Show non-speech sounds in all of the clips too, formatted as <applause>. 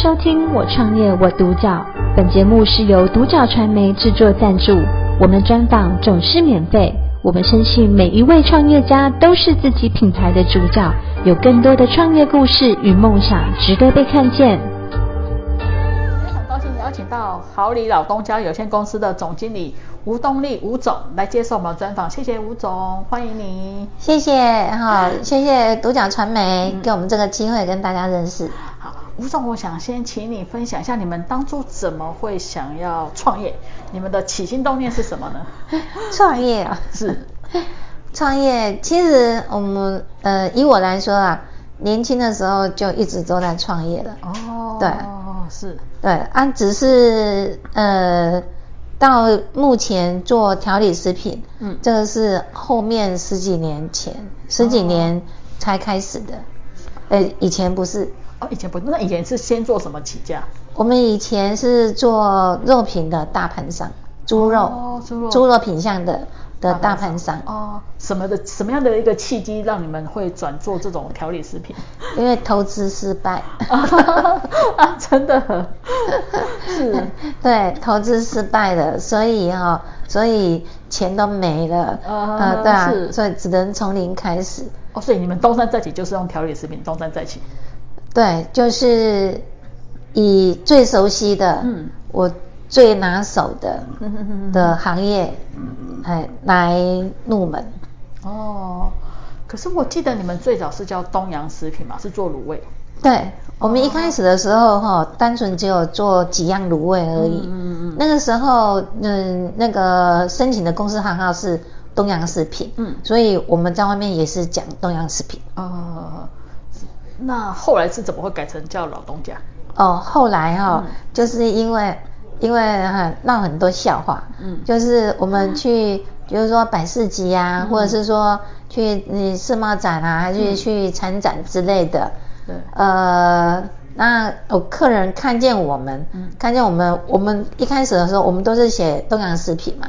收听《我创业我独角》，本节目是由独角传媒制作赞助，我们专访总是免费。我们深信每一位创业家都是自己品牌的主角，有更多的创业故事与梦想值得被看见。今天很高兴邀请到豪里老东家有限公司的总经理吴东立吴总来接受我们的专访，谢谢吴总，欢迎你。谢谢哈、谢谢独角传媒给我们这个机会跟大家认识。好，吴总，我想先请你分享一下你们当初怎么会想要创业，你们的起心动念是什么呢？ <laughs> 创业 <laughs> 啊，是创业。其实我们呃，以我来说啊，年轻的时候就一直都在创业了。哦，对是对啊，只是呃，到目前做调理食品，嗯这个是后面十几年前、十几年才开始的，呃，以前不是，哦，以前不，那以前是先做什么起家？我们以前是做肉品的大盘商，猪肉，哦猪肉品相的的大盘商，哦，什么的什么样的一个契机让你们会转做这种调理食品？因为投资失败，啊，真的 <laughs> 是 <laughs> 对，投资失败了，所以哈、哦，所以钱都没了，啊呃，对啊，是所以只能从零开始，哦，所以你们东山再起就是用调理食品东山再起。对，就是以最熟悉的，嗯我最拿手的嗯哼哼哼的行业，哎，来入门。哦，可是我记得你们最早是叫东洋食品嘛，是做卤味。对，我们一开始的时候哈、单纯只有做几样卤味而已。嗯嗯嗯那个时候，嗯，那个申请的公司行号是东洋食品，嗯所以我们在外面也是讲东洋食品。呃，那后来是怎么会改成叫老东家？哦，后来哈、嗯就是因为因为很闹很多笑话，嗯就是我们去，比如说百事集啊，嗯或者是说去你世贸展啊，还是去参展之类的，对呃，那有客人看见我们，嗯看见我们，我们一开始的时候，我们都是写东洋食品嘛。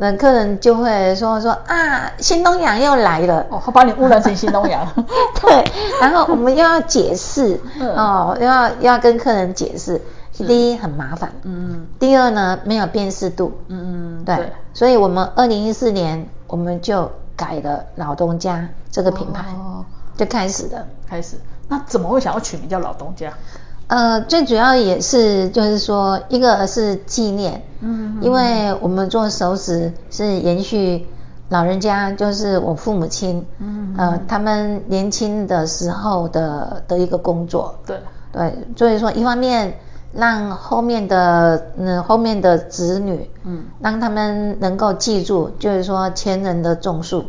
那客人就会说说啊，新东阳又来了，哦，他把你污染成新东洋。 <laughs> 对，然后我们又要解释，嗯哦，又要又要跟客人解释，第一很麻烦，嗯第二呢没有辨识度，嗯嗯，对，所以我们二零一四年我们就改了老东家这个品牌，哦就开始了。 <laughs> 开始，那怎么会想要取名叫老东家？呃，最主要也是就是说，一个是纪念，嗯因为我们做熟食是延续老人家，就是我父母亲，嗯呃，他们年轻的时候的的一个工作，对，对，所以说一方面让后面的嗯后面的子女，嗯让他们能够记住，就是说前人的种树，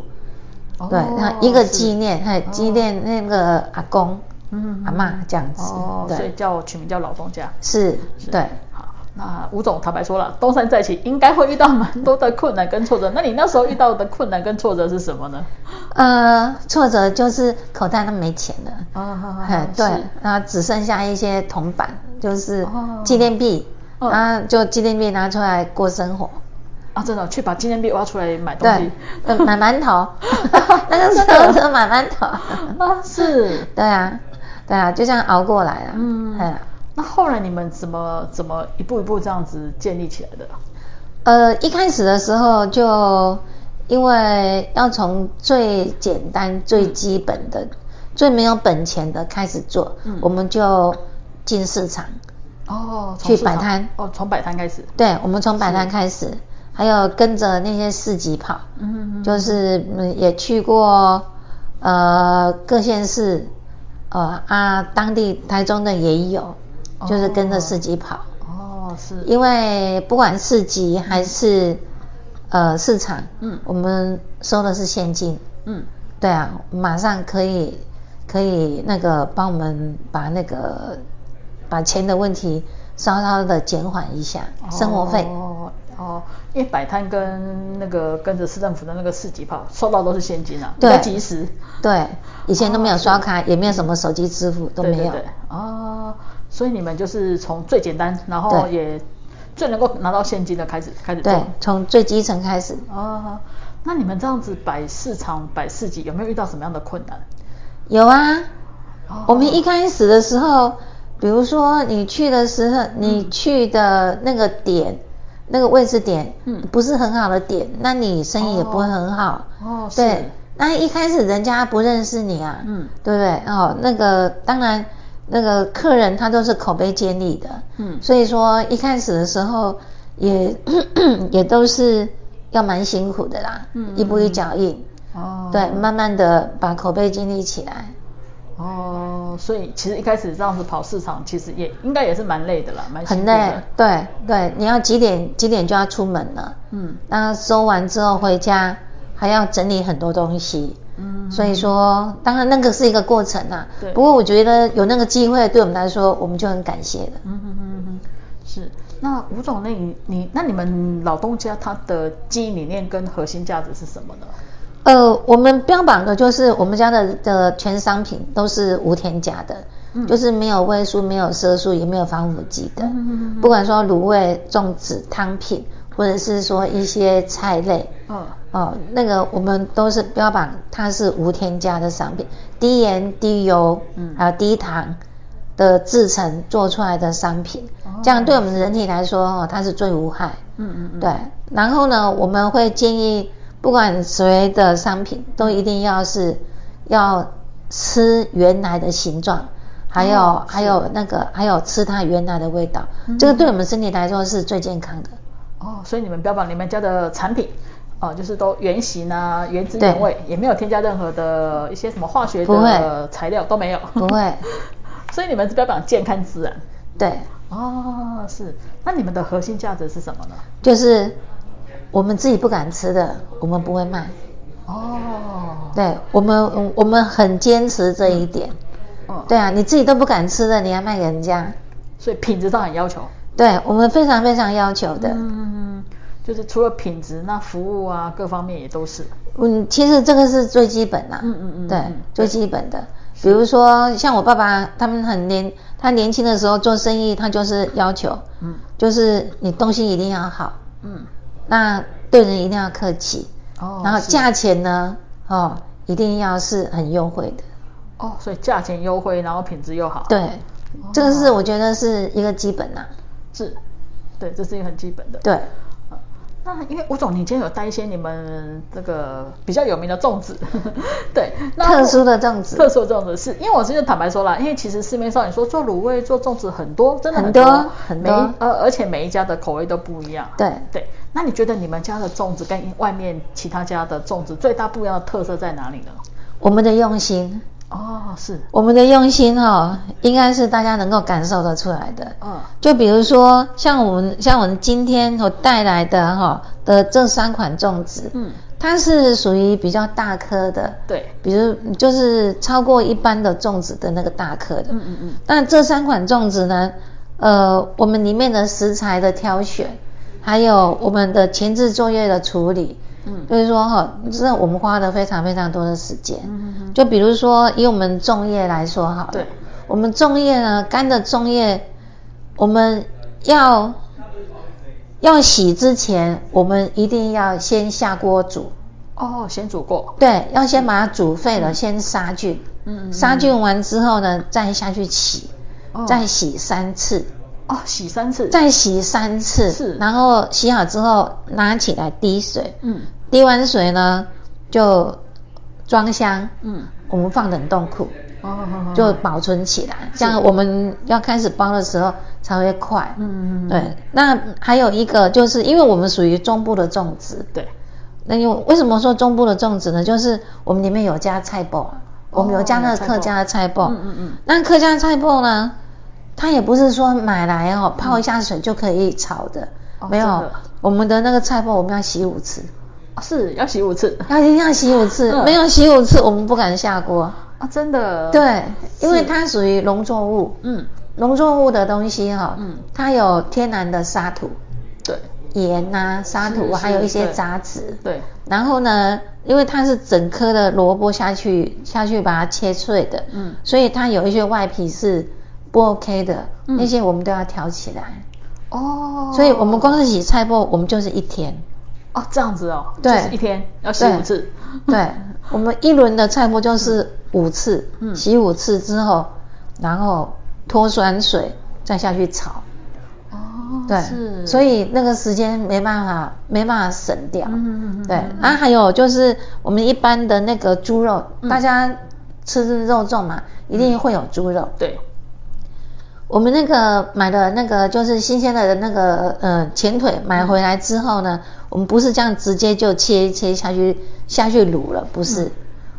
哦对，那一个是纪念，还哦纪念那个阿公、嗯阿嬷这样子，哦，所以对，叫取名叫老东家。是，对。好，那吴总坦白说了，东山再起应该会遇到蛮多的困难跟挫折。那你那时候遇到的困难跟挫折是什么呢？呃，挫折就是口袋都没钱了，啊哎、对，那只剩下一些铜板，就是哦纪念币，嗯啊，就纪念币拿出来过生活。啊，真的去把纪念币挖出来买东对西， <laughs> 呃买馒头，那个时候是买馒头。啊，是，对啊，对啊，就这样熬过来啊。嗯哎呀，那后来你们怎么怎么一步一步这样子建立起来的？呃，一开始的时候就因为要从最简单、最基本的、最没有本钱的开始做，嗯我们就进市场。哦，从去摆摊市场哦，从摆摊开始，对，我们从摆摊开始，还有跟着那些市集跑，嗯就是嗯也去过呃各县市，呃啊当地台中的也有，就是跟着市集跑，哦，是，因为不管市集还是呃市场，嗯我们收的是现金，嗯，对啊，马上可以可以那个帮我们把那个把钱的问题稍稍的减缓一下，生活费。哦哦，因为摆摊跟那个跟着市政府的那个市集跑，收到都是现金啊，比较对及时，对，以前都没有刷卡，也没有什么手机支付，都对没哦嗯对有。对，哦，所以你们就是从最简单，然后对也最能够拿到现金的开始开始做对，从最基层开始，哦，那你们这样子摆市场、摆市集，有没有遇到什么样的困难？有啊。哦我们一开始的时候，比如说你去的时嗯候，你去的那个点。那个位置点，嗯不是很好的点，那你生意也不会很好。哦哦是对，那一开始人家不认识你啊，嗯对不对？哦，那个当然，那个客人他都是口碑建立的，嗯所以说一开始的时候也 <clears throat> 也都是要蛮辛苦的啦，嗯一步一脚印，哦对，慢慢的把口碑建立起来。哦，所以其实一开始这样子跑市场，其实也应该也是蛮累的啦，蛮辛苦很的累，对对，你要几点几点就要出门了，嗯那收完之后回家还要整理很多东西，嗯，所以说当然那个是一个过程啊对，不过我觉得有那个机会对我们来说，我们就很感谢了。嗯嗯嗯嗯，是。那吴总，那你你那你们老东家他的经营理念跟核心价值是什么呢？呃，我们标榜的就是我们家的的全商品都是无添加的，嗯就是没有味素、没有色素、也没有防腐剂的。嗯嗯嗯嗯不管说卤味、粽子、汤品，或者是说一些菜类，嗯哦，那个我们都是标榜它是无添加的商品，低盐、低油，嗯还有低糖的制成做出来的商品，哦这样对我们人体来说，哦，它是最无害。嗯嗯嗯，对，然后呢，我们会建议，不管谁的商品，都一定要是要吃原来的形状，还有、哦还有那个还有吃它原来的味道，嗯这个对我们身体来说是最健康的。哦，所以你们标榜你们家的产品，哦，就是都原型啊、原汁对原味，也没有添加任何的一些什么化学不的会材料都没有，不会所以你们是标榜健康自然。对，哦，是。那你们的核心价值是什么呢？就是我们自己不敢吃的，我们不会卖。哦，，对我们，我们很坚持这一点。嗯，对啊，你自己都不敢吃的，你还卖给人家？所以品质上很要求。对我们非常非常要求的。嗯，就是除了品质，那服务啊各方面也都是。嗯，其实这个是最基本啦，嗯嗯嗯对嗯，最基本的。比如说像我爸爸，他们很年，他年轻的时候做生意，他就是要求，嗯就是你东西一定要好，嗯，那对人一定要客气，哦然后是价钱呢，哦，一定要是很优惠的，哦，所以价钱优惠，然后品质又好。对，哦这个是我觉得是一个基本啦，是，对，这是一个很基本的。啊对，那因为吴总，你今天有带一些你们这个比较有名的粽子， <laughs> 对，那特殊的粽子特殊的粽子是因为我真的坦白说啦，因为其实市面上你说做卤味、做粽子很多，真的很多，多很每一多呃，而且每一家的口味都不一样。对对，那你觉得你们家的粽子跟外面其他家的粽子最大不一样的特色在哪里呢？我们的用心，哦，是，我们的用心哦，应该是大家能够感受得出来的，嗯就比如说，像我们像我们今天我带来的哈、的这三款粽子，嗯，它是属于比较大颗的，对，比如就是超过一般的粽子的那个大颗的。嗯嗯嗯，那这三款粽子呢，呃，我们里面的食材的挑选，还有我们的前置作业的处理，嗯就是说哈、这我们花了非常非常多的时间。嗯嗯嗯就比如说以我们粽叶来说好了，对我们粽叶呢，干的粽叶，我们要要洗之前，我们一定要先下锅煮。哦，先煮过，对，要先把它煮沸了，先杀菌。嗯嗯嗯杀菌完之后呢，再下去洗，哦再洗三次，哦，洗三次，再洗三次。是然后洗好之后拿起来滴水，嗯滴完水呢就装箱，嗯，我们放冷冻库。哦哦，哦就保存起来，这样我们要开始包的时候才会快。嗯嗯嗯对。那还有一个就是，因为我们属于中部的粽子，对，那因为为什么说中部的粽子呢？就是我们里面有加菜脯哦啊，我们有加那个客家的菜脯。嗯嗯嗯那客家菜脯呢，它也不是说买来哦泡一下水就可以炒的，嗯哦没真有的。我们的那个菜脯我们要洗 <laughs> 五次，啊是要洗五次要一定要洗五次，嗯没有洗五次我们不敢下锅。啊，真的，对，因为是它属于农作物，嗯，农作物的东西哈、嗯它有天然的沙土、对盐呐、沙是土，啊还是有一些对杂质。对，然后呢，因为它是整颗的萝卜下去下去把它切碎的，嗯所以它有一些外皮是不 OK 的，嗯那些我们都要挑起来。哦，所以我们光是洗菜脯，我们就是一天。哦这样子哦，对就是一天要洗对五次， <laughs> 对，我们一轮的菜脯就是五次，嗯洗五次之后，然后脱酸水再下去炒。哦，对，是，所以那个时间没办法，没办法省掉。嗯嗯嗯嗯对嗯，啊，还有就是我们一般的那个猪肉，嗯大家吃肉粽嘛，一定会有猪肉。对，我们那个买的那个就是新鲜的那个呃前腿买回来之后呢，我们不是这样直接就切一切下去下去卤了，不是，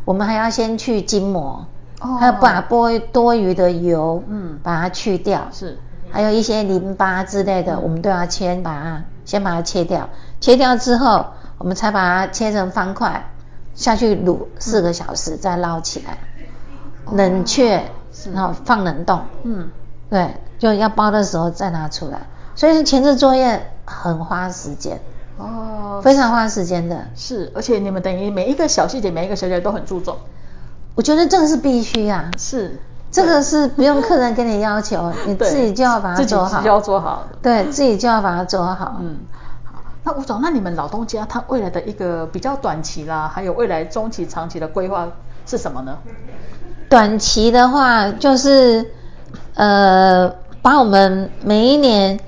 我们还要先去筋膜，嗯哦还要把多多余的油，嗯嗯，把它去掉，是，嗯还有一些淋巴之类的，我们都要先把它先把它切掉，切掉之后，我们才把它切成方块，下去卤四个小时，再捞起来，冷哦却，然后放冷冻，嗯，对，就要包的时候再拿出来。所以前置作业很花时间，哦，非常花时间的。是，而且你们等于每一个小细节，每一个小节都很注重，我觉得这个是必须啊，是，这个是不用客人给你要求，你对自己就要把它自己做好。就要做好，对自己就要把它做好。嗯，好，那吴总，那你们老东家他未来的一个比较短期啦，还有未来中期、长期的规划是什么呢？短期的话，就是呃，把我们每一年，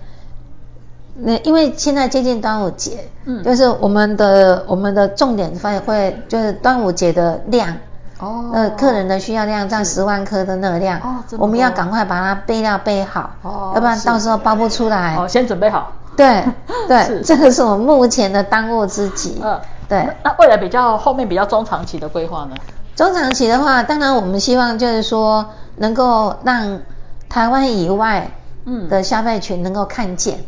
那因为现在接近端午节，嗯就是我们的我们的重点会会就是端午节的量。哦呃，客人的需要量占十万颗的那个量，哦这么我们要多赶快把它备料备好，哦要不然是到时候包不出来。哦，先准备好。 <laughs> 对是对，这个是我目前的当务之急。嗯， <laughs> 对。那那未来比较后面比较中长期的规划呢？中长期的话，当然我们希望就是说能够让台湾以外嗯的消费群能够看见，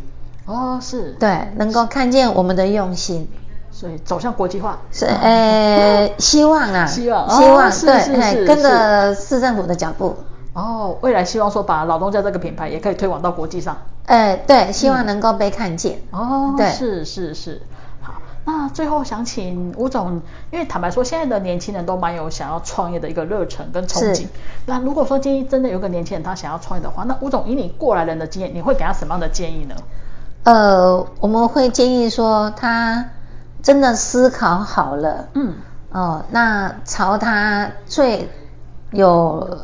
哦，是，，对，能够看见我们的用心。所以走向国际化。是，呃， <laughs> 希望啊，希望希哦望，是对，是哎是跟着市政府的脚步，哦，未来希望说把老东家这个品牌也可以推广到国际上。哎，对，希望能够被看见。嗯哦，对是是是，好。那最后想请吴总，因为坦白说，现在的年轻人都蛮有想要创业的一个热忱跟憧是憬。那如果说今天真的有个年轻人他想要创业的话，那吴总以你过来人的经验，你会给他什么样的建议呢？呃，我们会建议说，他真的思考好了，嗯，哦，那朝他最有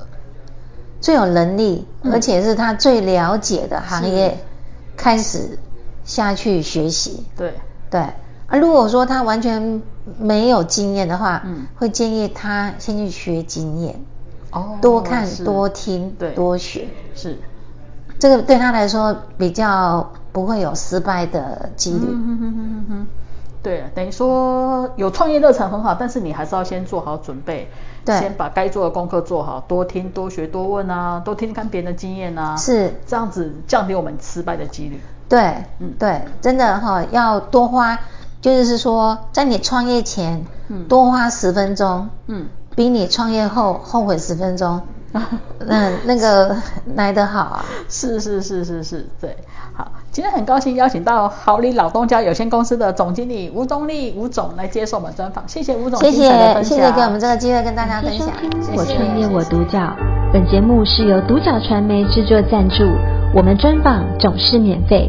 最有能力，嗯而且是他最了解的行业开始下去学习。对，对，啊，如果说他完全没有经验的话，嗯会建议他先去学经验，哦，多看、是多听、对，多学，是，这个对他来说比较不会有失败的几率。嗯哼哼哼哼哼，对，等于说有创业热忱很好，但是你还是要先做好准备，对先把该做的功课做好，多听、多学、多问啊，多听听看别人的经验啊，是这样子降低我们失败的几率。对，嗯对，真的哈、要多花，就是说，在你创业前，嗯多花十分钟，嗯，啊比你创业后后悔十分钟， <laughs> 那那个来得好 <laughs> 啊。是是是是是，对，好，今天很高兴邀请到好礼老东家有限公司的总经理吴东立吴总来接受我们专访，谢谢吴总谢精彩的谢，分谢享，啊谢给我们这个机会跟大家感分谢收享听，谢我谢创业我独角》。本节目是由独角传媒制作赞助，我们专访总是免费。